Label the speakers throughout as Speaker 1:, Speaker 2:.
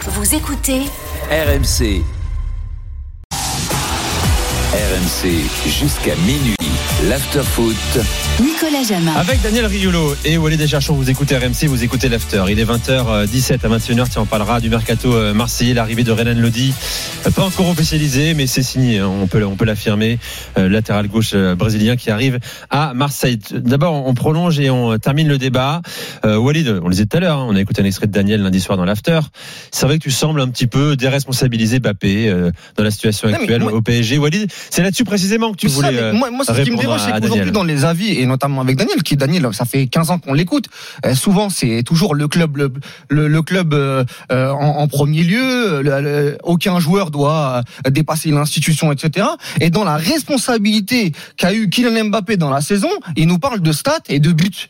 Speaker 1: Vous écoutez
Speaker 2: RMC. RMC jusqu'à minuit. L'afterfoot.
Speaker 1: Nicolas Jamin.
Speaker 3: Avec Daniel Riolo et Walid Deschamps, vous écoutez RMC, vous écoutez l'After. Il est 20h17 à 21h, tiens, on parlera du mercato euh, marseillais, l'arrivée de Renan Lodi. Euh, Pas encore officialisé, mais c'est signé, hein, on peut, on peut l'affirmer. Euh, latéral gauche euh, brésilien qui arrive à Marseille. D'abord, on prolonge et on termine le débat. Euh, Walid, on le disait tout à l'heure, hein, on a écouté un extrait de Daniel lundi soir dans l'After. C'est vrai que tu sembles un petit peu déresponsabilisé Bappé euh, dans la situation
Speaker 4: Non, mais
Speaker 3: actuelle
Speaker 4: moi-
Speaker 3: au PSG. Walid, c'est là-dessus précisément que tu
Speaker 4: Mais ça,
Speaker 3: voulais.
Speaker 4: mais
Speaker 3: euh,
Speaker 4: moi, moi, ce qui me
Speaker 3: répondre
Speaker 4: dérange,
Speaker 3: à-
Speaker 4: c'est
Speaker 3: à
Speaker 4: qu'aujourd'hui,
Speaker 3: Daniel.
Speaker 4: dans les avis, et notamment avec Daniel, qui, Daniel, ça fait 15 ans qu'on l'écoute, euh, souvent, c'est toujours le club, le, le, le club euh, euh, en, en premier lieu, euh, le- le- aucun joueur doit euh, dépasser l'institution, etc. Et dans la responsabilité qu'a eu Kylian Mbappé dans la saison, il nous parle de stats et de buts.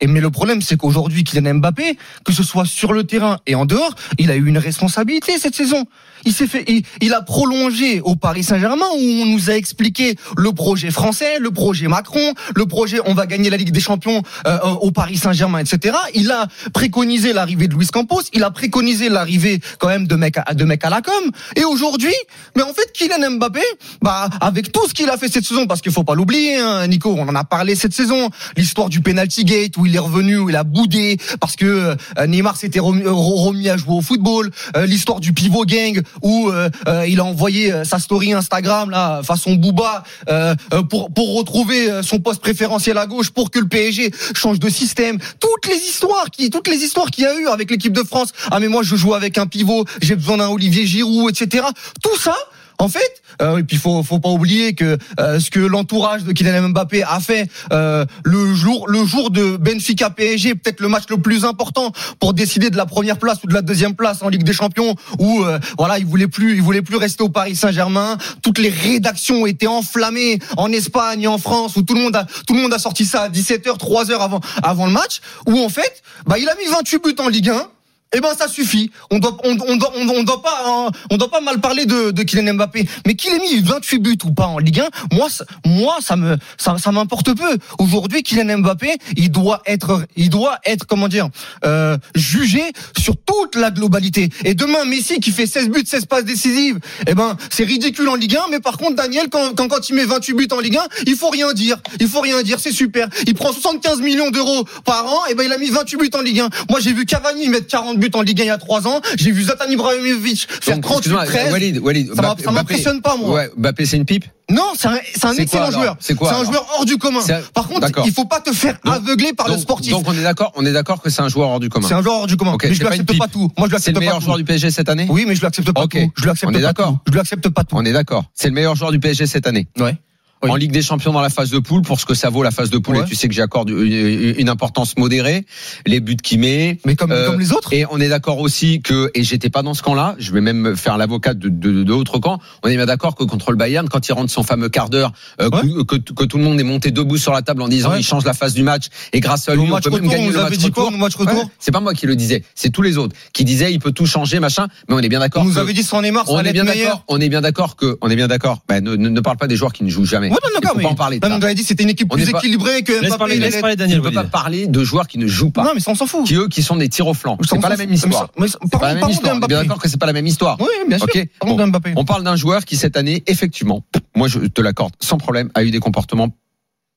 Speaker 4: Et mais le problème, c'est qu'aujourd'hui, Kylian Mbappé, que ce soit sur le terrain et en dehors, il a eu une responsabilité cette saison. Il s'est fait, il, il a prolongé au Paris Saint-Germain où on nous a expliqué le projet français, le projet Macron, le projet on va gagner la Ligue des Champions euh, euh, au Paris Saint-Germain, etc. Il a préconisé l'arrivée de Luis Campos, il a préconisé l'arrivée quand même de mecs à, de mecs à la com. Et aujourd'hui, mais en fait, Kylian Mbappé, bah avec tout ce qu'il a fait cette saison, parce qu'il faut pas l'oublier, hein, Nico, on en a parlé cette saison, l'histoire du penalty gate où il est revenu, où il a boudé parce que euh, Neymar s'était remis, euh, remis à jouer au football, euh, l'histoire du pivot gang où euh, euh, il a envoyé euh, sa story Instagram là façon Booba euh, euh, pour pour retrouver euh, son poste préférentiel à gauche pour que le PSG change de système. Toutes les histoires qui toutes les histoires qu'il y a eu avec l'équipe de France. Ah mais moi je joue avec un pivot, j'ai besoin d'un Olivier Giroud, etc. Tout ça. En fait, euh, et puis faut faut pas oublier que euh, ce que l'entourage de Kylian Mbappé a fait euh, le jour le jour de Benfica PSG, peut-être le match le plus important pour décider de la première place ou de la deuxième place en Ligue des Champions, où euh, voilà il voulait plus il voulait plus rester au Paris Saint Germain. Toutes les rédactions étaient enflammées en Espagne et en France, où tout le monde a tout le monde a sorti ça à 17h, 3h avant avant le match, où en fait bah il a mis 28 buts en Ligue 1. Eh ben ça suffit. On doit on, on doit on, doit- on doit pas hein, on doit pas mal parler de, de Kylian Mbappé, mais qu'il ait mis 28 buts ou pas en Ligue 1, moi ça- moi ça me ça, ça m'importe peu. Aujourd'hui, Kylian Mbappé, il doit être il doit être comment dire euh, jugé sur toute la globalité. Et demain Messi qui fait 16 buts, 16 passes décisives, eh ben c'est ridicule en Ligue 1, mais par contre Daniel quand quand, quand il met 28 buts en Ligue 1, il faut rien dire. Il faut rien dire, c'est super. Il prend 75 millions d'euros par an, et ben il a mis 28 buts en Ligue 1. Moi j'ai vu Cavani mettre 40 buts en Ligue 1 il y a 3 ans, j'ai vu Zlatan Ibrahimovic faire
Speaker 5: Donc, excuse-moi,
Speaker 4: 38 13.
Speaker 5: Walid, Walid,
Speaker 4: Ça m'a-
Speaker 5: Mbappé-
Speaker 4: ça m'impressionne pas, moi.
Speaker 5: Ouais, Mbappé, c'est une pipe
Speaker 4: Non, c'est un, c'est un
Speaker 5: C'est quoi,
Speaker 4: excellent
Speaker 5: alors
Speaker 4: joueur.
Speaker 5: C'est quoi,
Speaker 4: un
Speaker 5: alors
Speaker 4: joueur hors du commun.
Speaker 5: C'est un-
Speaker 4: Par contre,
Speaker 5: D'accord.
Speaker 4: il faut pas te faire
Speaker 5: Donc-
Speaker 4: aveugler par Ah, le
Speaker 5: donc,
Speaker 4: sportif.
Speaker 5: donc on est d'accord, on est d'accord que c'est un joueur hors du commun.
Speaker 4: C'est un joueur hors du commun.
Speaker 5: Ok,
Speaker 4: mais
Speaker 5: c'est
Speaker 4: je
Speaker 5: pas une
Speaker 4: l'accepte
Speaker 5: pipe.
Speaker 4: pas tout. Moi je
Speaker 5: C'est
Speaker 4: l'accepte
Speaker 5: le
Speaker 4: pas
Speaker 5: meilleur
Speaker 4: tout.
Speaker 5: joueur du PSG cette année
Speaker 4: Oui, mais je l'accepte pas
Speaker 5: Ok.
Speaker 4: tout. Je l'accepte
Speaker 5: On est
Speaker 4: pas
Speaker 5: d'accord.
Speaker 4: tout. Je l'accepte pas tout.
Speaker 5: On est d'accord. C'est le meilleur joueur du PSG cette année.
Speaker 4: Ouais. Oui.
Speaker 5: En Ligue des Champions dans la phase de poule, pour ce que ça vaut la phase de poule,
Speaker 4: Ouais.
Speaker 5: et tu sais que j'y accorde une, une importance modérée, les buts qu'il met.
Speaker 4: Mais comme,
Speaker 5: Euh,
Speaker 4: comme les autres.
Speaker 5: Et on est d'accord aussi que, et j'étais pas dans ce camp-là, je vais même faire l'avocat de, de, de l'autre camp, on est bien d'accord que contre le Bayern, quand il rentre son fameux quart d'heure, euh,
Speaker 4: Ouais.
Speaker 5: que, que tout le monde est monté debout sur la table en disant
Speaker 4: Ouais.
Speaker 5: il change la phase du match, et grâce à
Speaker 4: Au
Speaker 5: lui, on
Speaker 4: match
Speaker 5: peut même
Speaker 4: retour, on
Speaker 5: gagner
Speaker 4: nous
Speaker 5: le
Speaker 4: avait
Speaker 5: match
Speaker 4: dit quoi,
Speaker 5: retour.
Speaker 4: au match retour
Speaker 5: Ouais, c'est pas moi qui le disais, c'est tous les autres qui disaient il peut tout changer, machin, mais on est bien
Speaker 4: On
Speaker 5: d'accord
Speaker 4: nous
Speaker 5: que-
Speaker 4: avait dit sans Neymar, ça
Speaker 5: on
Speaker 4: allait
Speaker 5: est bien
Speaker 4: être meilleur.
Speaker 5: d'accord. On est bien d'accord que. On est bien d'accord. Bah, ne, ne, ne parle pas des joueurs qui ne jouent jamais.
Speaker 4: Ouais, non,
Speaker 5: Il
Speaker 4: d'accord,
Speaker 5: faut
Speaker 4: mais-
Speaker 5: pas en parler. de
Speaker 4: Non, mais
Speaker 5: ça.
Speaker 4: on avait dit que c'était une équipe
Speaker 5: On
Speaker 4: plus
Speaker 5: est pas-
Speaker 4: équilibrée que
Speaker 3: Laisse
Speaker 4: Mbappé.
Speaker 3: parler,
Speaker 4: il
Speaker 3: laisse
Speaker 4: allait-
Speaker 3: parler
Speaker 5: Il
Speaker 3: Daniel.
Speaker 5: ne peut pas
Speaker 3: Walid.
Speaker 5: parler de joueurs qui ne jouent pas.
Speaker 4: Non, mais ça, on s'en fout.
Speaker 5: Qui eux, qui sont des tirs au flanc.
Speaker 4: Ça,
Speaker 5: C'est
Speaker 4: on
Speaker 5: pas la
Speaker 4: s'en
Speaker 5: même
Speaker 4: fout.
Speaker 5: histoire.
Speaker 4: Mais ça- mais ça-
Speaker 5: C'est pas la
Speaker 4: parlons-
Speaker 5: même histoire.
Speaker 4: parlons
Speaker 5: On est bien
Speaker 4: d'Mbappé.
Speaker 5: d'accord que c'est pas la même histoire.
Speaker 4: Oui, bien sûr.
Speaker 5: Ok.
Speaker 4: Parlons
Speaker 5: Bon.
Speaker 4: d'Mbappé.
Speaker 5: On parle d'un joueur qui cette année, effectivement, moi je te l'accorde, sans problème, a eu des comportements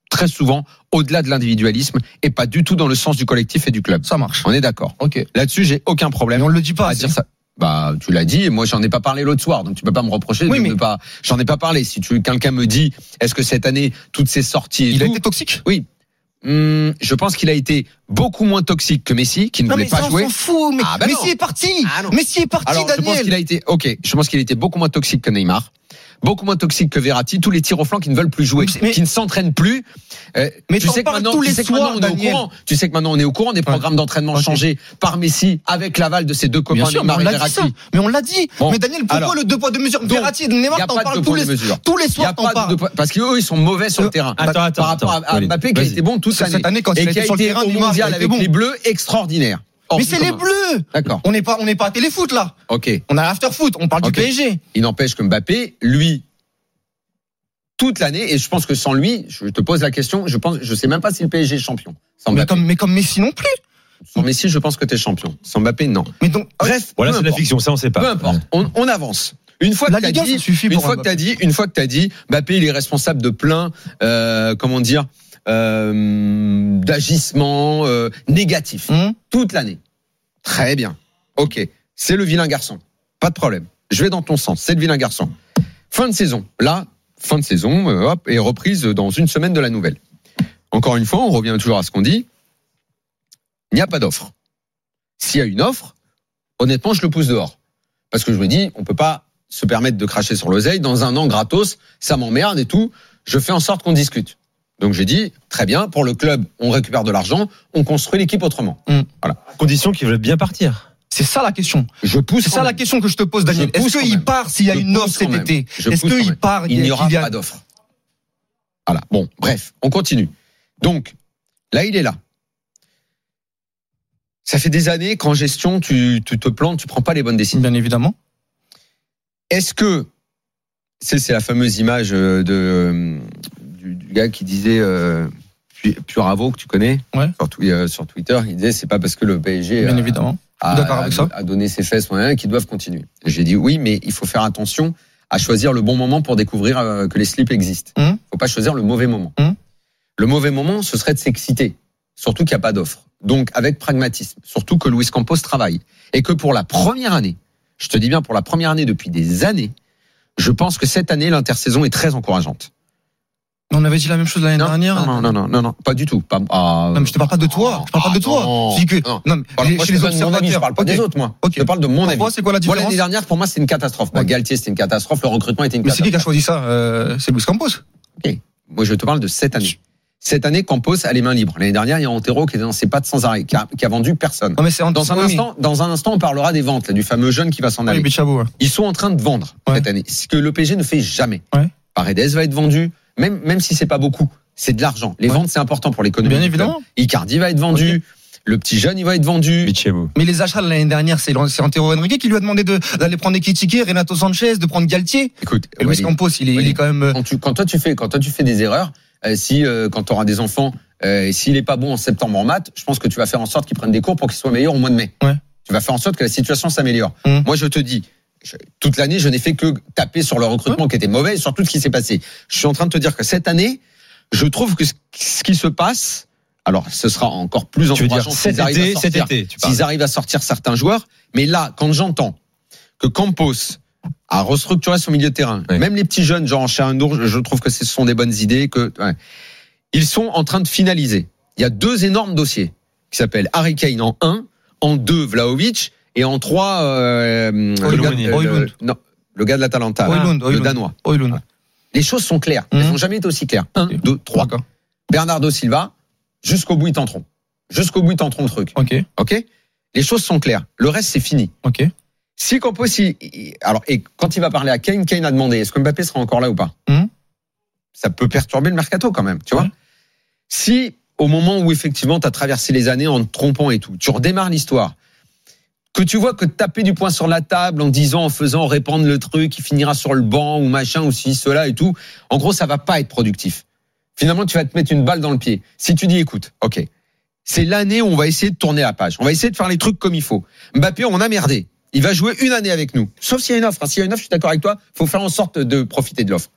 Speaker 5: très souvent au-delà de l'individualisme et pas du tout dans le sens du collectif et du club.
Speaker 4: Ça marche.
Speaker 5: On est d'accord.
Speaker 4: Ok.
Speaker 5: Là-dessus, j'ai aucun
Speaker 4: Mais
Speaker 5: problème
Speaker 4: on le dit pas.
Speaker 5: à
Speaker 4: assez.
Speaker 5: dire ça. Bah, tu l'as dit, et moi j'en ai pas parlé l'autre soir, donc tu peux pas me reprocher
Speaker 4: Oui,
Speaker 5: de
Speaker 4: mais-
Speaker 5: ne pas. J'en ai pas parlé. Si tu quelqu'un me dit, est-ce que cette année toutes ces sorties, et
Speaker 4: Il a
Speaker 5: tout,
Speaker 4: été toxique.
Speaker 5: oui, Hum, je pense qu'il a été beaucoup moins toxique que Messi, qui ne
Speaker 4: Non,
Speaker 5: voulait
Speaker 4: mais
Speaker 5: pas
Speaker 4: ça, on
Speaker 5: jouer.
Speaker 4: s'en fout. Mais
Speaker 5: Ah, bah non.
Speaker 4: Messi est parti.
Speaker 5: Ah, non.
Speaker 4: Messi est parti,
Speaker 5: Alors, je pense qu'il
Speaker 4: Daniel.
Speaker 5: a été, ok, je pense qu'il a été beaucoup moins toxique que Neymar, beaucoup moins toxique que Verratti, tous les tirs au flanc qui ne veulent plus jouer,
Speaker 4: Mais-
Speaker 5: qui ne s'entraînent plus. Euh,
Speaker 4: Mais
Speaker 5: tu
Speaker 4: t'en
Speaker 5: sais que
Speaker 4: parles
Speaker 5: maintenant,
Speaker 4: tous
Speaker 5: tu
Speaker 4: les
Speaker 5: sais que maintenant,
Speaker 4: soirs,
Speaker 5: on est au
Speaker 4: Daniel.
Speaker 5: courant. Tu sais que maintenant on est au courant des programmes d'entraînement
Speaker 4: Ok.
Speaker 5: changés par Messi avec l'aval de ses deux copains
Speaker 4: Bien sûr, mais
Speaker 5: Neymar
Speaker 4: on
Speaker 5: et
Speaker 4: l'a dit ça.
Speaker 5: Verratti.
Speaker 4: Mais on l'a dit.
Speaker 5: Bon.
Speaker 4: Mais Daniel, pourquoi
Speaker 5: Alors.
Speaker 4: le deux poids deux mesures
Speaker 5: Donc,
Speaker 4: Verratti et
Speaker 5: y
Speaker 4: Neymar,
Speaker 5: a
Speaker 4: t'en
Speaker 5: pas de
Speaker 4: parles
Speaker 5: deux
Speaker 4: tous
Speaker 5: poids, deux
Speaker 4: les
Speaker 5: mesures.
Speaker 4: tous les
Speaker 5: Il y a
Speaker 4: soirs, t'en
Speaker 5: pas de-
Speaker 4: parles.
Speaker 5: de- parce qu'eux, ils sont mauvais sur le
Speaker 4: Euh,
Speaker 5: terrain.
Speaker 3: attends, attends,
Speaker 5: par rapport
Speaker 3: attends,
Speaker 5: à- à,
Speaker 3: Walid,
Speaker 5: Mbappé qui a
Speaker 3: vas-y.
Speaker 5: été bon toute
Speaker 4: Cette
Speaker 5: l'année.
Speaker 4: année, quand il
Speaker 5: et
Speaker 4: a été
Speaker 5: qui a
Speaker 4: sur le
Speaker 5: été
Speaker 4: terrain,
Speaker 5: au
Speaker 4: Neymar, il
Speaker 5: mondial
Speaker 4: a été
Speaker 5: avec
Speaker 4: bon.
Speaker 5: les Bleus extraordinaire. Hors
Speaker 4: Mais
Speaker 5: du
Speaker 4: c'est les
Speaker 5: commun.
Speaker 4: bleus.
Speaker 5: D'accord.
Speaker 4: On n'est pas on n'est pas à téléfoot là.
Speaker 5: Ok.
Speaker 4: On a l'after foot. On parle
Speaker 5: Ok.
Speaker 4: du PSG.
Speaker 5: Il n'empêche que Mbappé, lui, toute l'année, et je pense que sans lui, je te pose la question, je pense, je sais même pas si le PSG est champion. Sans
Speaker 4: Mais
Speaker 5: Mbappé.
Speaker 4: comme mais comme Messi non plus.
Speaker 5: Sans Messi, je pense que t'es champion. Sans Mbappé, non.
Speaker 4: Mais donc,
Speaker 5: Bref,
Speaker 3: Voilà,
Speaker 5: peu
Speaker 3: c'est de la
Speaker 5: importe.
Speaker 3: fiction, ça on sait pas.
Speaker 5: Peu importe. On, on avance. Une fois que
Speaker 4: La
Speaker 5: t'as
Speaker 4: Liga, ça
Speaker 5: dit,
Speaker 4: suffit
Speaker 5: une
Speaker 4: pour
Speaker 5: fois que
Speaker 4: Mbappé.
Speaker 5: t'as dit, une fois que t'as dit, Mbappé, il est responsable de plein, euh, comment dire, euh, d'agissements euh, négatifs
Speaker 4: Hum,
Speaker 5: toute l'année. Très bien. Ok. C'est le vilain garçon. Pas de problème. Je vais dans ton sens. C'est le vilain garçon. Fin de saison. Là, fin de saison, euh, hop, et reprise dans une semaine de la nouvelle. Encore une fois, on revient toujours à ce qu'on dit. Il n'y a pas d'offre. S'il y a une offre, honnêtement, je le pousse dehors. Parce que je me dis, on peut pas se permettre de cracher sur l'oseille dans un an gratos, ça m'emmerde et tout. Je fais en sorte qu'on discute. Donc j'ai dit, très bien, pour le club, on récupère de l'argent, on construit l'équipe autrement.
Speaker 3: Euh, Condition qu'ils veulent bien partir.
Speaker 4: c'est ça la question.
Speaker 5: Je pousse.
Speaker 4: C'est ça
Speaker 5: quand
Speaker 4: la
Speaker 5: même.
Speaker 4: question que je te pose, Daniel.
Speaker 5: Je pousse
Speaker 4: Est-ce
Speaker 5: quand
Speaker 4: qu'il
Speaker 5: même.
Speaker 4: part s'il y a
Speaker 5: Je
Speaker 4: une offre
Speaker 5: pousse
Speaker 4: cet
Speaker 5: quand même.
Speaker 4: été
Speaker 5: Je
Speaker 4: Est-ce
Speaker 5: pousse quand
Speaker 4: qu'il
Speaker 5: même.
Speaker 4: part
Speaker 5: Il n'y aura
Speaker 4: qu'il y a-
Speaker 5: pas d'offre. Voilà. Bon, bref, on continue. Donc, là, il est là. Ça fait des années qu'en gestion, tu, tu te plantes, tu prends pas les bonnes décisions.
Speaker 4: Bien évidemment.
Speaker 5: Est-ce que c'est c'est la fameuse image euh, de euh, du, du gars qui disait euh, Pu- Puravo que tu connais
Speaker 4: Ouais.
Speaker 5: sur, twi- euh, sur Twitter, il disait c'est pas parce que le PSG
Speaker 4: Bien
Speaker 5: a-
Speaker 4: évidemment.
Speaker 5: à,
Speaker 4: D'accord avec ça.
Speaker 5: à donner ses fesses, moyens qui doivent continuer. J'ai dit oui, mais il faut faire attention à choisir le bon moment pour découvrir euh, que les slips existent. Il
Speaker 4: Hum.
Speaker 5: faut pas choisir le mauvais moment.
Speaker 4: Hum.
Speaker 5: Le mauvais moment, ce serait de s'exciter, surtout qu'il n'y a pas d'offre. Donc avec pragmatisme, surtout que Luis Campos travaille et que pour la première année, je te dis bien pour la première année depuis des années, je pense que cette année l'intersaison est très encourageante.
Speaker 4: On avait dit la même chose l'année
Speaker 5: Non,
Speaker 4: dernière.
Speaker 5: non, non, non, non, non, pas du tout. Pas, ah,
Speaker 4: Non, mais je te parle pas de toi. Je parle pas de toi.
Speaker 5: non,
Speaker 4: je dis que
Speaker 5: non.
Speaker 4: non, mais
Speaker 5: Voilà,
Speaker 4: les-
Speaker 5: moi,
Speaker 4: chez
Speaker 5: je te
Speaker 4: les
Speaker 5: donne mon avis, je
Speaker 4: observateurs.
Speaker 5: parle pas
Speaker 4: ok.
Speaker 5: des autres, moi.
Speaker 4: Ok.
Speaker 5: Je parle de mon
Speaker 4: Pour
Speaker 5: avis.
Speaker 4: toi, c'est quoi la
Speaker 5: Moi,
Speaker 4: différence
Speaker 5: l'année dernière, pour moi, c'est une catastrophe. Moi,
Speaker 4: Ouais.
Speaker 5: Galtier, c'était une catastrophe. Le recrutement était une
Speaker 4: Mais c'est qui
Speaker 5: catastrophe.
Speaker 4: qui a choisi ça Euh, C'est Luis Campos.
Speaker 5: Moi, je te parle de cette année. Cette année, Campos a les mains libres. L'année dernière, il y a Antero qui est dans ses pattes sans arrêt, qui a, qui a vendu personne.
Speaker 4: Non, mais c'est en-
Speaker 5: Dans un,
Speaker 4: oui,
Speaker 5: instant, dans un instant, on parlera des ventes, là, du fameux jeune qui va s'en
Speaker 4: oui,
Speaker 5: aller.
Speaker 4: Bichabo, ouais.
Speaker 5: Ils sont en train de vendre
Speaker 4: Ouais.
Speaker 5: cette année, ce que le PSG ne fait jamais.
Speaker 4: Ouais.
Speaker 5: Paredes va être vendu, même, même si c'est pas beaucoup. C'est de l'argent. Les
Speaker 4: Ouais.
Speaker 5: ventes, c'est important pour l'économie.
Speaker 4: Bien
Speaker 5: du club.
Speaker 4: évidemment.
Speaker 5: Icardi va être vendu. Le petit jeune, il va être vendu.
Speaker 3: Bichebo.
Speaker 4: Mais les achats de l'année dernière, c'est c'est Antero Henrique qui lui a demandé de- d'aller prendre Ekitike, Renato Sanchez, de prendre Galtier.
Speaker 5: Écoute,
Speaker 4: Et Luis
Speaker 5: Walid,
Speaker 4: Campos, il est, il est
Speaker 5: Walid.
Speaker 4: quand même. euh,
Speaker 5: quand, tu, quand toi tu fais quand toi tu fais des erreurs euh, si euh, quand tu auras des enfants euh, et s'il est pas bon en septembre en maths je pense que tu vas faire en sorte qu'ils prennent des cours pour qu'ils soient meilleurs au mois de mai
Speaker 4: Ouais.
Speaker 5: tu vas faire en sorte que la situation s'améliore
Speaker 3: Mmh.
Speaker 4: Mhm.
Speaker 5: moi je te dis je- toute l'année je n'ai fait que taper sur le recrutement qui était mauvais et sur tout ce qui s'est passé je suis en train de te dire que cette année je trouve que ce, ce qui se passe alors ce sera encore plus
Speaker 3: Tu veux dire
Speaker 5: encourageant
Speaker 3: cet
Speaker 5: s'ils arrivent à
Speaker 3: été, cet
Speaker 5: sortir-
Speaker 3: été, tu parles.
Speaker 5: s'ils arrivent à sortir certains joueurs mais là quand j'entends que Campos à restructurer son milieu de terrain.
Speaker 3: Ouais.
Speaker 5: Même les petits jeunes, genre Charandour, je- je trouve que ce sont des bonnes idées. Que ouais. ils sont en train de finaliser. Il y a deux énormes dossiers qui s'appellent Harry Kane en 1, en 2 Vlaovic et en 3 euh,
Speaker 4: Højlund.
Speaker 5: le, gars- le-
Speaker 4: Højlund.
Speaker 5: le- non, le gars de l'Atalanta,
Speaker 4: Højlund,
Speaker 5: le
Speaker 4: Højlund.
Speaker 5: danois.
Speaker 4: Højlund.
Speaker 5: Les choses sont claires.
Speaker 4: Mhm.
Speaker 5: Elles n'ont jamais été aussi claires. 1
Speaker 4: Ok.
Speaker 5: 2 3.
Speaker 4: D'accord.
Speaker 5: Bernardo Silva, jusqu'au bout ils tenteront. Jusqu'au bout ils tenteront le truc.
Speaker 4: Ok,
Speaker 5: OK Les choses sont claires. Le reste c'est fini.
Speaker 4: ok.
Speaker 5: Ah, Si Campos, il- il- alors, et quand il va parler à Kane, Kane a demandé est-ce que Mbappé sera encore là ou pas
Speaker 4: Mhm.
Speaker 5: Ça peut perturber le mercato quand même, tu vois.
Speaker 4: Ouais.
Speaker 5: Si, au moment où effectivement tu as traversé les années en te trompant et tout, tu redémarres l'histoire, que tu vois que taper du poing sur la table en disant, en faisant, répandre le truc, il finira sur le banc ou machin ou si, cela et tout, en gros, ça va pas être productif. Finalement, tu vas te mettre une balle dans le pied. Si tu dis écoute, ok, c'est l'année où on va essayer de tourner la page, on va essayer de faire les trucs comme il faut. Mbappé, on a merdé. Il va jouer une année avec nous. Sauf s'il y a une offre. hein. S'il y a une offre, je suis d'accord avec toi. faut faire en sorte de profiter de l'offre.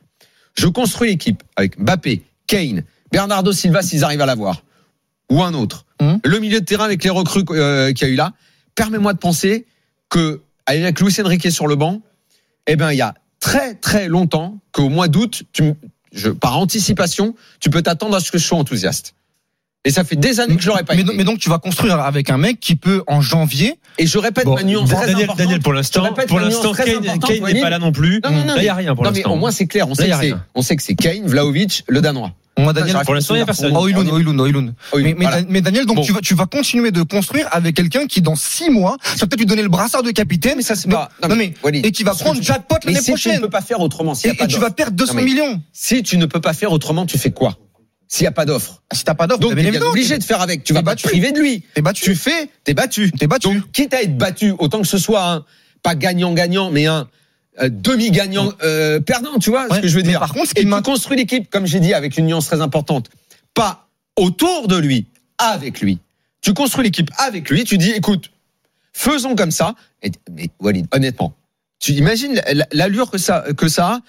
Speaker 5: Je construis l'équipe avec Mbappé, Kane, Bernardo Silva s'ils arrivent à l'avoir. Ou un autre.
Speaker 4: Mhm.
Speaker 5: Le milieu de terrain avec les recrues euh, qu'il y a eu là. Permets-moi de penser que avec Luis Enrique sur le banc, eh ben, il y a très très longtemps qu'au mois d'août, tu m- je, par anticipation, tu peux t'attendre à ce que je sois enthousiaste. Et ça fait des années que je l'aurais pas
Speaker 4: mais,
Speaker 5: été.
Speaker 4: donc- mais donc tu vas construire avec un mec qui peut en janvier.
Speaker 5: Et je répète
Speaker 4: Bon,
Speaker 5: ma nuance très
Speaker 3: Daniel,
Speaker 5: importante.
Speaker 3: Daniel, pour
Speaker 5: Je
Speaker 3: l'instant,
Speaker 5: répète,
Speaker 3: pour
Speaker 5: la nuance
Speaker 3: l'instant,
Speaker 5: très
Speaker 3: Kane,
Speaker 5: importante,
Speaker 3: Kane n'est
Speaker 5: Walid.
Speaker 3: pas là non plus.
Speaker 5: Non, non, non,
Speaker 3: Là, il n'y a rien pour
Speaker 5: Non, mais au
Speaker 3: l'instant.
Speaker 5: moins c'est clair. On
Speaker 3: Là,
Speaker 5: sait,
Speaker 3: y
Speaker 5: que
Speaker 3: a
Speaker 5: c'est,
Speaker 3: rien.
Speaker 5: on sait que c'est Kane, Vlaovic, le Danois.
Speaker 4: On a Ah, Daniel.
Speaker 5: j'arrive
Speaker 3: Pour l'instant, il n'y a personne.
Speaker 4: Oh, Højlund, Højlund, Højlund.
Speaker 5: Oh,
Speaker 4: Mais, mais
Speaker 5: voilà.
Speaker 4: Dan- mais Daniel, donc
Speaker 5: Bon.
Speaker 4: tu, vas, tu vas continuer de construire avec quelqu'un qui, dans six mois, tu vas peut-être lui donner le brassard de capitaine.
Speaker 5: Mais ça, c'est
Speaker 4: Non,
Speaker 5: pas-
Speaker 4: Non,
Speaker 5: non,
Speaker 4: mais,
Speaker 5: mais, Walid,
Speaker 4: et qui va
Speaker 5: ce que
Speaker 4: prendre
Speaker 5: tu-
Speaker 4: jackpot
Speaker 5: Mais
Speaker 4: l'année
Speaker 5: si tu ne
Speaker 4: prochaine.
Speaker 5: peux pas faire autrement, s'il
Speaker 4: Et,
Speaker 5: n'y a pas
Speaker 4: et tu
Speaker 5: d'offre.
Speaker 4: vas perdre 200
Speaker 5: Non, mais-
Speaker 4: millions.
Speaker 5: Si tu ne peux pas faire autrement, tu fais quoi S'il n'y a pas d'offre.
Speaker 4: Si t'as pas d'offre,
Speaker 5: Donc,
Speaker 4: t'es
Speaker 5: tu
Speaker 4: bien
Speaker 5: es
Speaker 4: évident,
Speaker 5: obligé de faire avec. Tu
Speaker 4: T'es
Speaker 5: vas pas te
Speaker 4: battu.
Speaker 5: priver de lui.
Speaker 4: T'es battu.
Speaker 5: Tu fais, t'es battu.
Speaker 4: T'es battu.
Speaker 5: Donc, quitte à être battu, autant que ce soit un, pas gagnant-gagnant, mais un euh, demi-gagnant euh, perdant, tu vois
Speaker 4: Ouais,
Speaker 5: ce que je veux
Speaker 4: mais
Speaker 5: dire.
Speaker 4: par contre, ce qui
Speaker 5: et tu
Speaker 4: m'int-
Speaker 5: construis l'équipe, comme j'ai dit, avec une nuance très importante. Pas autour de lui, avec lui. Tu construis l'équipe avec lui, tu dis, écoute, faisons comme ça. Et, mais Walid, honnêtement, tu imagines la- l'allure que ça, que ça a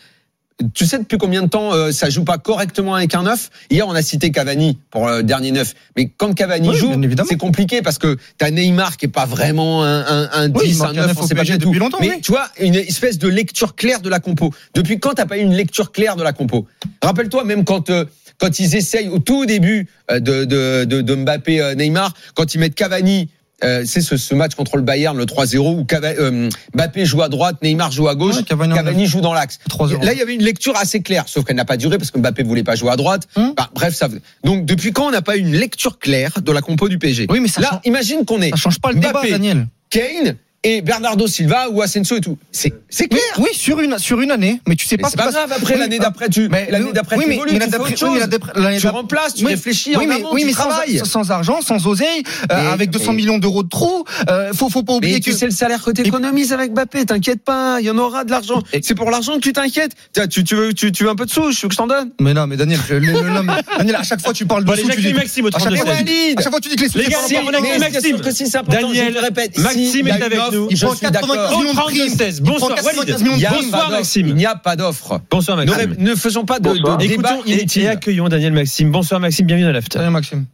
Speaker 5: tu sais depuis combien de temps euh, ça joue pas correctement avec un neuf Hier, on a cité Cavani pour le dernier neuf. Mais quand Cavani
Speaker 4: Oui,
Speaker 5: joue,
Speaker 4: bien évidemment.
Speaker 5: c'est compliqué parce que t'as Neymar qui est pas vraiment un, un, un
Speaker 4: Oui, il
Speaker 5: 10, un
Speaker 4: manque
Speaker 5: 9,
Speaker 4: un neuf
Speaker 5: on
Speaker 4: au
Speaker 5: sait pas
Speaker 4: PSG
Speaker 5: bien tout.
Speaker 4: depuis longtemps,
Speaker 5: Mais
Speaker 4: oui.
Speaker 5: tu vois, une espèce de lecture claire de la compo. Depuis quand t'as pas eu une lecture claire de la compo Rappelle-toi, même quand... euh, quand ils essayent au tout début euh, de, de, de, de Mbappé euh, Neymar, quand ils mettent Cavani, euh, c'est ce, ce match contre le Bayern, le 3-0, où Cava- euh, Mbappé joue à droite, Neymar joue à gauche,
Speaker 4: Ouais, Cavani
Speaker 5: Cavani,
Speaker 4: en
Speaker 5: joue dans l'axe.
Speaker 4: 3-0.
Speaker 5: Là, il y avait une lecture assez claire, sauf qu'elle n'a pas duré parce que Mbappé voulait pas jouer à droite.
Speaker 4: Hum.
Speaker 5: Bah, bref, ça. Donc, depuis quand on n'a pas eu une lecture claire de la compo du PSG
Speaker 4: Oui, mais ça
Speaker 5: Là,
Speaker 4: change-
Speaker 5: imagine qu'on est
Speaker 4: Ça change pas le débat,
Speaker 5: Mbappé,
Speaker 4: Daniel.
Speaker 5: Kane et Bernardo Silva ou Asensio et tout. C'est c'est
Speaker 4: Oui,
Speaker 5: clair.
Speaker 4: oui, sur une sur une année, mais tu sais
Speaker 5: Mais
Speaker 4: pas
Speaker 5: c'est pas grave. Après, l'année d'après, tu
Speaker 4: euh, Mais-
Speaker 5: l'année d'après,
Speaker 4: oui,
Speaker 5: tu
Speaker 4: mais-
Speaker 5: évolues,
Speaker 4: mais
Speaker 5: tu
Speaker 4: l'année
Speaker 5: fais
Speaker 4: d'après-
Speaker 5: autre
Speaker 4: oui, mais
Speaker 5: chose.
Speaker 4: l'année d'après- l'année
Speaker 5: Tu
Speaker 4: d'après-
Speaker 5: remplaces, tu
Speaker 4: Oui,
Speaker 5: réfléchis, en
Speaker 4: oui, mais,
Speaker 5: amont,
Speaker 4: oui,
Speaker 5: tu
Speaker 4: mais sans,
Speaker 5: travailles.
Speaker 4: sans argent, sans oseille, euh,
Speaker 5: Mais-
Speaker 4: avec 200
Speaker 5: mais-
Speaker 4: millions d'euros de trous, euh, faut faut pas oublier
Speaker 5: Mais
Speaker 4: que
Speaker 5: tu sais le salaire que t'économises avec Mbappé, t'inquiète pas, il y en aura de l'argent. C'est pour l'argent que tu t'inquiètes. Tiens, Tu, tu veux, tu, tu veux un peu de sous, je veux que je t'en donne.
Speaker 4: Mais non, mais Daniel, je- le- le- non, mais- Daniel, à chaque fois tu parles de
Speaker 3: Bon,
Speaker 4: sous,
Speaker 3: les
Speaker 4: tu dis-
Speaker 3: Jacques Maxime au
Speaker 4: à chaque
Speaker 3: 32
Speaker 4: fois,
Speaker 3: secondes.
Speaker 4: tu dis- à chaque fois tu dis que les sous,
Speaker 3: Les
Speaker 4: c'est
Speaker 3: gars,
Speaker 4: pas
Speaker 3: si,
Speaker 4: important.
Speaker 3: on a que
Speaker 5: Mais bien
Speaker 3: Maxime.
Speaker 5: sûr que si, c'est important,
Speaker 3: Daniel,
Speaker 5: je le répète.
Speaker 3: Maxime
Speaker 5: S'il y a
Speaker 3: est
Speaker 5: une
Speaker 3: avec
Speaker 5: offre,
Speaker 3: nous.
Speaker 5: Je
Speaker 4: prend
Speaker 5: suis
Speaker 4: 95
Speaker 5: d'accord.
Speaker 3: Au
Speaker 4: millions de primes.
Speaker 3: 36,
Speaker 4: Il prend
Speaker 3: bonsoir,
Speaker 4: 95
Speaker 3: Walid.
Speaker 4: millions de
Speaker 5: Il n'y a
Speaker 4: primes.
Speaker 5: pas
Speaker 3: Bonsoir,
Speaker 5: d'offre.
Speaker 3: Maxime.
Speaker 5: Il n'y a pas d'offre.
Speaker 3: Bonsoir
Speaker 5: Ne,
Speaker 3: Maxime.
Speaker 5: ré- ne faisons pas de, de
Speaker 6: Bonsoir.
Speaker 5: débat
Speaker 3: Écoutons et, et
Speaker 5: inutile.
Speaker 3: accueillons Daniel Maxime. Bonsoir Maxime, bienvenue à l'After.
Speaker 4: Allez, Maxime.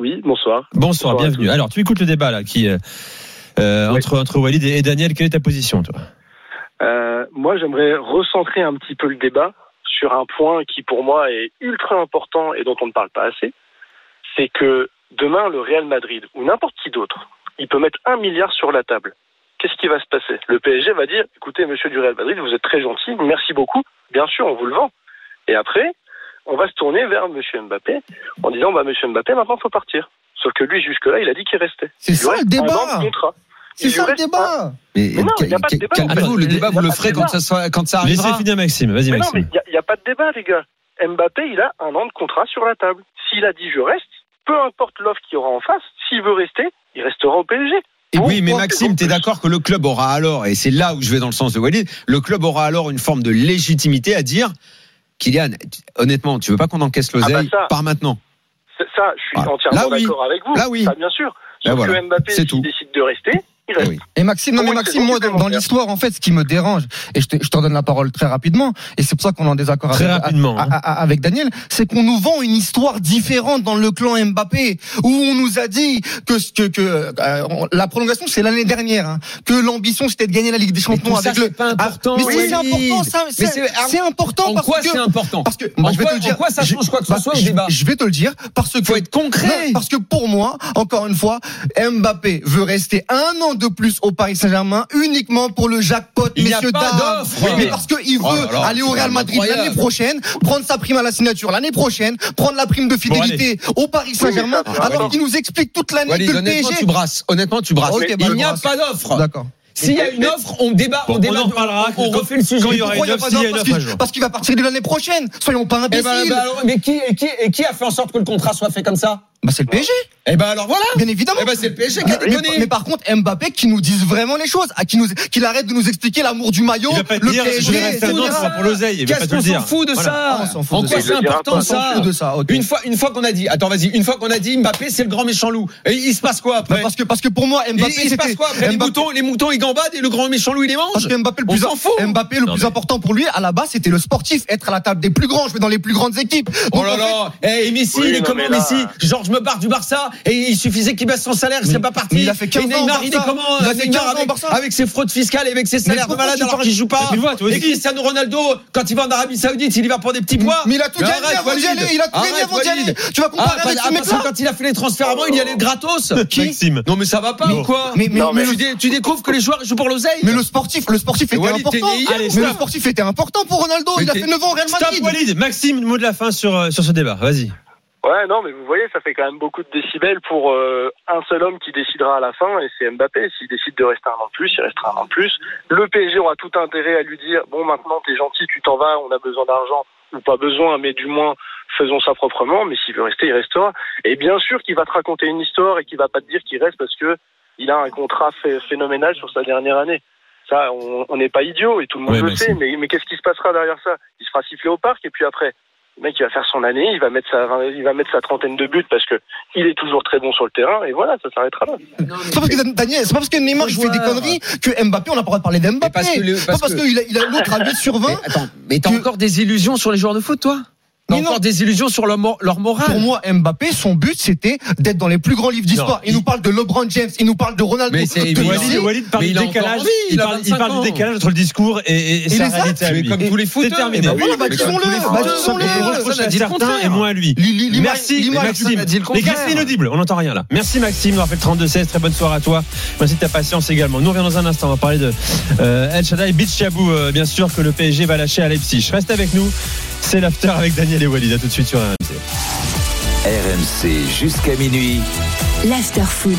Speaker 6: Oui, bonsoir.
Speaker 3: Bonsoir,
Speaker 6: Bonsoir à
Speaker 3: bienvenue.
Speaker 6: tous.
Speaker 3: Alors, tu écoutes le débat là, qui euh, euh,
Speaker 6: Oui.
Speaker 3: entre entre Walid et, et Daniel. Quelle est ta position, toi
Speaker 6: Euh, moi, j'aimerais recentrer un petit peu le débat sur un point qui, pour moi, est ultra important et dont on ne parle pas assez. C'est que demain, le Real Madrid ou n'importe qui d'autre, il peut mettre un milliard sur la table. Qu'est-ce qui va se passer Le PSG va dire écoutez, monsieur du Real Madrid, vous êtes très gentil, merci beaucoup. Bien sûr, on vous le vend. Et après, on va se tourner vers monsieur Mbappé en disant bah, monsieur Mbappé, maintenant, il faut partir. Sauf que lui, jusque-là, il a dit qu'il restait.
Speaker 4: C'est
Speaker 6: Il
Speaker 4: ça,
Speaker 6: reste
Speaker 4: le débat.
Speaker 6: un an de contrat.
Speaker 4: C'est
Speaker 6: Il
Speaker 4: ça
Speaker 6: lui
Speaker 4: le
Speaker 6: reste hein. un-
Speaker 4: débat.
Speaker 5: Mais
Speaker 6: Mais non, il n'y a pas de
Speaker 5: cal-
Speaker 6: débat, en
Speaker 5: calmez-vous,
Speaker 6: fait.
Speaker 5: le débat,
Speaker 6: Il y
Speaker 5: vous
Speaker 6: a
Speaker 5: le
Speaker 6: pas de
Speaker 5: ferez
Speaker 6: débat.
Speaker 5: quand ça, sera- quand ça
Speaker 3: Laissez
Speaker 5: arrivera.
Speaker 3: finir Maxime. Vas-y
Speaker 6: Mais non, mais
Speaker 3: Maxime.
Speaker 6: il n'y a, pas de débat, les gars. Mbappé, il a un an de contrat sur la table. S'il a dit je reste, peu importe l'offre qu'il y aura en face, s'il veut rester, il restera au PSG.
Speaker 5: Et oui,
Speaker 6: Pourquoi
Speaker 5: mais Maxime,
Speaker 6: faisons
Speaker 5: t'es
Speaker 6: plus
Speaker 5: d'accord que le club aura alors, et c'est là où je vais dans le sens de Walid, le club aura alors une forme de légitimité à dire Kylian, honnêtement, tu veux pas qu'on encaisse l'oseille
Speaker 6: Ah bah ça.
Speaker 5: Par maintenant.
Speaker 6: C'est- Ça, je suis
Speaker 5: Voilà.
Speaker 6: entièrement
Speaker 5: Ah, Là, oui.
Speaker 6: d'accord avec vous.
Speaker 5: Là, oui.
Speaker 6: Ça, bien sûr.
Speaker 5: Là,
Speaker 6: Sauf
Speaker 5: voilà.
Speaker 6: que Mbappé,
Speaker 5: C'est
Speaker 6: s'il
Speaker 5: tout.
Speaker 6: décide de rester, il reste.
Speaker 5: Eh oui.
Speaker 4: Et Maxime, non mais
Speaker 6: Comment il
Speaker 4: Maxime,
Speaker 6: fait
Speaker 4: moi
Speaker 6: pour
Speaker 4: dans
Speaker 6: faire
Speaker 4: l'histoire en fait, ce qui me dérange, et je te- je t'en donne la parole très rapidement, et c'est pour ça qu'on est en désaccord
Speaker 3: Très
Speaker 4: avec,
Speaker 3: rapidement,
Speaker 4: à-
Speaker 3: hein.
Speaker 4: à- à- avec Daniel, c'est qu'on nous vend une histoire différente dans le clan Mbappé, où on nous a dit que ce- que, que euh, on- la prolongation c'est l'année dernière, hein, que l'ambition c'était de gagner la Ligue des
Speaker 5: tout
Speaker 4: Champions
Speaker 5: ça,
Speaker 4: avec le. Ah,
Speaker 5: c'est pas important,
Speaker 4: mais si,
Speaker 5: Walid.
Speaker 4: c'est important, ça,
Speaker 5: Mais
Speaker 4: c'est
Speaker 5: c'est-
Speaker 4: c'est important
Speaker 5: en
Speaker 4: parce
Speaker 5: quoi
Speaker 4: que
Speaker 5: c'est important
Speaker 4: parce que
Speaker 5: En
Speaker 4: moi, je vais
Speaker 5: quoi-
Speaker 4: te le
Speaker 5: en
Speaker 4: dire,
Speaker 5: quoi ça
Speaker 4: je-
Speaker 5: change quoi que ce
Speaker 4: bah,
Speaker 5: soit au
Speaker 4: je-
Speaker 5: débat
Speaker 4: Je vais te le dire parce que
Speaker 5: Faut être concret.
Speaker 4: non, parce que pour moi, encore une fois, Mbappé veut rester un an de plus au Paris Saint-Germain uniquement pour le jackpot,
Speaker 5: Il n'y a
Speaker 4: messieurs
Speaker 5: pas
Speaker 4: dames.
Speaker 5: d'offre.
Speaker 4: Mais parce qu'il veut
Speaker 5: Oh là là,
Speaker 4: aller au
Speaker 5: c'est
Speaker 4: Real Madrid
Speaker 5: incroyable.
Speaker 4: l'année prochaine, prendre sa prime à la signature l'année prochaine, prendre la prime de fidélité au Paris Saint-Germain,
Speaker 6: Oui, oui, ça,
Speaker 4: alors
Speaker 6: d'accord.
Speaker 4: qu'il nous explique toute l'année
Speaker 5: Walid,
Speaker 4: que le
Speaker 5: honnêtement,
Speaker 4: PSG.
Speaker 5: tu brasses. Honnêtement, tu brasses.
Speaker 4: Ok, bah, je
Speaker 5: il n'y a
Speaker 4: brasse.
Speaker 5: pas d'offre.
Speaker 4: D'accord.
Speaker 5: S'il y a une offre, on débat,
Speaker 3: Bon,
Speaker 5: on
Speaker 3: on
Speaker 5: débat,
Speaker 3: en reparlera
Speaker 5: on, on
Speaker 3: quand-
Speaker 5: refait le sujet.
Speaker 3: quand il y aura
Speaker 4: Pourquoi
Speaker 3: une
Speaker 4: il y a
Speaker 3: offre,
Speaker 4: pas
Speaker 3: s'il y a
Speaker 4: d'offre
Speaker 3: une
Speaker 4: Parce
Speaker 3: offre un
Speaker 4: qu'il-
Speaker 3: jour.
Speaker 4: Parce qu'il va partir de l'année prochaine. Soyons pas
Speaker 5: Eh ben,
Speaker 4: imbéciles.
Speaker 5: bah, alors, mais qui, et qui, et qui a fait en sorte que le contrat soit fait comme ça
Speaker 4: Bah, c'est le PSG,
Speaker 5: Eh ben alors voilà.
Speaker 4: bien évidemment.
Speaker 5: Eh ben c'est le PSG qui
Speaker 4: Ah, Mais,
Speaker 5: a déconné.
Speaker 4: mais par contre, Mbappé, qui nous dise vraiment les choses, à qui nous, qu'il arrête de nous expliquer l'amour du maillot,
Speaker 3: Il va pas te
Speaker 4: le
Speaker 3: dire,
Speaker 4: PSG,
Speaker 3: je vais rester un
Speaker 4: etc.
Speaker 3: an, ce sera pour l'oseille. Il va pas
Speaker 5: Qu'est-ce
Speaker 3: te
Speaker 5: qu'on
Speaker 3: le
Speaker 5: s'en
Speaker 3: dire.
Speaker 5: fout de
Speaker 4: Ah,
Speaker 5: ça
Speaker 4: on s'en fout
Speaker 5: En
Speaker 4: de
Speaker 5: quoi c'est
Speaker 4: ça.
Speaker 6: Il le dira
Speaker 5: important
Speaker 6: pas.
Speaker 4: On s'en
Speaker 5: ça
Speaker 4: fout de ça, ok.
Speaker 5: Une fois, une fois qu'on a dit, attends vas-y, une fois qu'on a dit Mbappé c'est le grand méchant loup. Et il se passe quoi
Speaker 4: Bah,
Speaker 5: après
Speaker 4: parce que parce que pour moi
Speaker 5: Il,
Speaker 4: Mbappé
Speaker 5: il se passe
Speaker 4: c'était-
Speaker 5: quoi après les
Speaker 4: Mbappé-
Speaker 5: moutons, les moutons ils gambadent et le grand méchant loup il les
Speaker 4: parce
Speaker 5: mange
Speaker 4: que Mbappé le
Speaker 5: On
Speaker 4: plus
Speaker 5: s'en fout.
Speaker 4: Mbappé le
Speaker 3: Non,
Speaker 4: plus
Speaker 3: mais-
Speaker 4: important pour lui à la base c'était le sportif être à la table des plus grands jouer dans les plus grandes équipes
Speaker 5: Oh
Speaker 4: Donc,
Speaker 5: là
Speaker 4: en fait,
Speaker 5: là Eh, et Messi,
Speaker 6: Oui,
Speaker 5: il est
Speaker 6: non,
Speaker 5: comment
Speaker 6: mais là-
Speaker 5: Messi Genre, je me barre du Barça et il suffisait qu'il baisse son salaire, il serait pas parti.
Speaker 4: mais il a fait 15
Speaker 5: Et
Speaker 4: ans au
Speaker 5: Neymar, il est
Speaker 4: Barça.
Speaker 5: comment
Speaker 4: Il a
Speaker 5: euh,
Speaker 4: fait
Speaker 5: Neymar
Speaker 4: 15 ans au
Speaker 5: avec,
Speaker 4: Barça.
Speaker 5: avec ses fraudes fiscales et avec ses salaires de
Speaker 4: pourquoi
Speaker 5: malade
Speaker 4: tu
Speaker 5: alors
Speaker 4: parles-
Speaker 5: qu'il joue pas.
Speaker 3: Mais tu vois, toi
Speaker 5: Et
Speaker 3: aussi.
Speaker 5: Cristiano Ronaldo, quand il va en Arabie Saoudite, il y va pour des petits pois.
Speaker 4: mais il a tout
Speaker 5: Mais
Speaker 4: gagné
Speaker 5: arrête,
Speaker 4: avant d'y
Speaker 5: Walid.
Speaker 4: aller il a tout gagné
Speaker 5: Arrête,
Speaker 4: avant d'y
Speaker 5: Walid.
Speaker 4: aller tu vas comparer
Speaker 5: Ah,
Speaker 4: avec
Speaker 5: parce-
Speaker 4: ce
Speaker 5: ah,
Speaker 4: mec
Speaker 5: parce que
Speaker 4: là
Speaker 5: quand il a fait les transferts avant, il y allait gratos.
Speaker 3: Maxime.
Speaker 5: Non mais ça va pas
Speaker 3: Mais-
Speaker 5: ou quoi
Speaker 4: mais- mais-
Speaker 5: Non,
Speaker 4: mais-
Speaker 5: tu, dé- tu découvres que les joueurs ils jouent pour l'oseille
Speaker 4: mais le sportif le sportif était
Speaker 5: Walid, t'es
Speaker 4: important
Speaker 5: né hier,
Speaker 4: mais
Speaker 3: ou
Speaker 4: le
Speaker 3: quoi
Speaker 4: sportif était important pour Ronaldo
Speaker 5: Mais
Speaker 4: il a
Speaker 5: t'es-
Speaker 4: fait 9 ans au Real
Speaker 3: Stop
Speaker 4: Madrid
Speaker 3: Walid. Maxime, le mot de la fin sur euh, sur ce débat. Vas-y.
Speaker 6: Ouais, non, mais vous voyez, ça fait quand même beaucoup de décibels pour euh, un seul homme qui décidera à la fin, et c'est Mbappé. S'il décide de rester un an de plus, il restera un an de plus. Le PSG aura tout intérêt à lui dire bon, maintenant, t'es gentil, tu t'en vas, on a besoin d'argent, ou pas besoin, mais du moins, faisons ça proprement. Mais s'il veut rester, il restera. Et bien sûr qu'il va te raconter une histoire et qu'il va pas te dire qu'il reste parce que il a un contrat phé- phénoménal sur sa dernière année. Ça, on on n'est pas idiot et tout le monde
Speaker 3: Ouais,
Speaker 6: le
Speaker 3: Maxime.
Speaker 6: sait, mais, mais qu'est-ce qui se passera derrière ça Il se fera siffler au parc et puis après Le mec, il va faire son année, il va mettre sa, il va mettre sa trentaine de buts parce que il est toujours très bon sur le terrain et voilà, ça s'arrêtera là.
Speaker 4: C'est pas parce que Daniel, c'est pas parce que Neymar
Speaker 5: Bon
Speaker 4: il fait des
Speaker 5: joueur.
Speaker 4: conneries que Mbappé, on n'a pas le droit de parler
Speaker 5: euh, Mais
Speaker 4: d'Mbappé.
Speaker 5: parce que le-
Speaker 4: C'est
Speaker 5: parce
Speaker 4: pas parce
Speaker 5: que-
Speaker 4: qu'il a- il a l'autre à 8 sur 20.
Speaker 5: Mais attends, mais t'as
Speaker 4: Tu-
Speaker 5: encore des illusions sur les joueurs de foot, toi T'as
Speaker 4: Mais non.
Speaker 5: encore des illusions sur leur, mor- leur morale
Speaker 4: Pour moi, Mbappé, son but, c'était d'être dans les plus grands livres d'histoire.
Speaker 3: Non,
Speaker 4: Il nous parle de LeBron James, il nous parle de Ronaldo.
Speaker 5: Mais c'est
Speaker 4: de
Speaker 5: évident.
Speaker 4: Messi.
Speaker 3: Walid, Walid parle
Speaker 5: Mais
Speaker 3: du
Speaker 5: il a
Speaker 3: décalage.
Speaker 5: encore envie,
Speaker 3: il
Speaker 5: il a
Speaker 3: parle, il
Speaker 5: 25
Speaker 3: parle
Speaker 5: ans.
Speaker 3: du décalage entre le discours et, et, et
Speaker 4: Il
Speaker 3: sa
Speaker 4: est ça,
Speaker 3: réalité à
Speaker 5: mais
Speaker 3: lui.
Speaker 5: comme tous les footeurs,
Speaker 3: C'est terminé.
Speaker 5: mais
Speaker 4: voilà, bah,
Speaker 3: Mais comme
Speaker 4: disons-le,
Speaker 3: tous les
Speaker 4: bah,
Speaker 3: footeurs,
Speaker 4: disons-le.
Speaker 3: on reproche
Speaker 5: Personne n'a
Speaker 3: à
Speaker 5: dit le
Speaker 3: certains et
Speaker 5: contraire.
Speaker 3: moins à lui.
Speaker 4: Li- li- l'image-
Speaker 3: Merci
Speaker 4: l'image-
Speaker 3: Maxime.
Speaker 5: a dit le
Speaker 3: Les gars,
Speaker 5: contraire.
Speaker 3: c'est inaudible, on n'entend rien là. Merci Maxime, on rappelle 32-16, très bonne soirée à toi. Merci de ta patience également. Nous on revient dans un instant, on va parler de euh, El Shaddai Beach Chabou, euh, bien sûr, que le PSG va lâcher à Leipzig. Reste avec nous, c'est l'after avec Daniel et Walid. À tout de suite sur RMC.
Speaker 2: RMC jusqu'à minuit.
Speaker 1: l'afterfoot.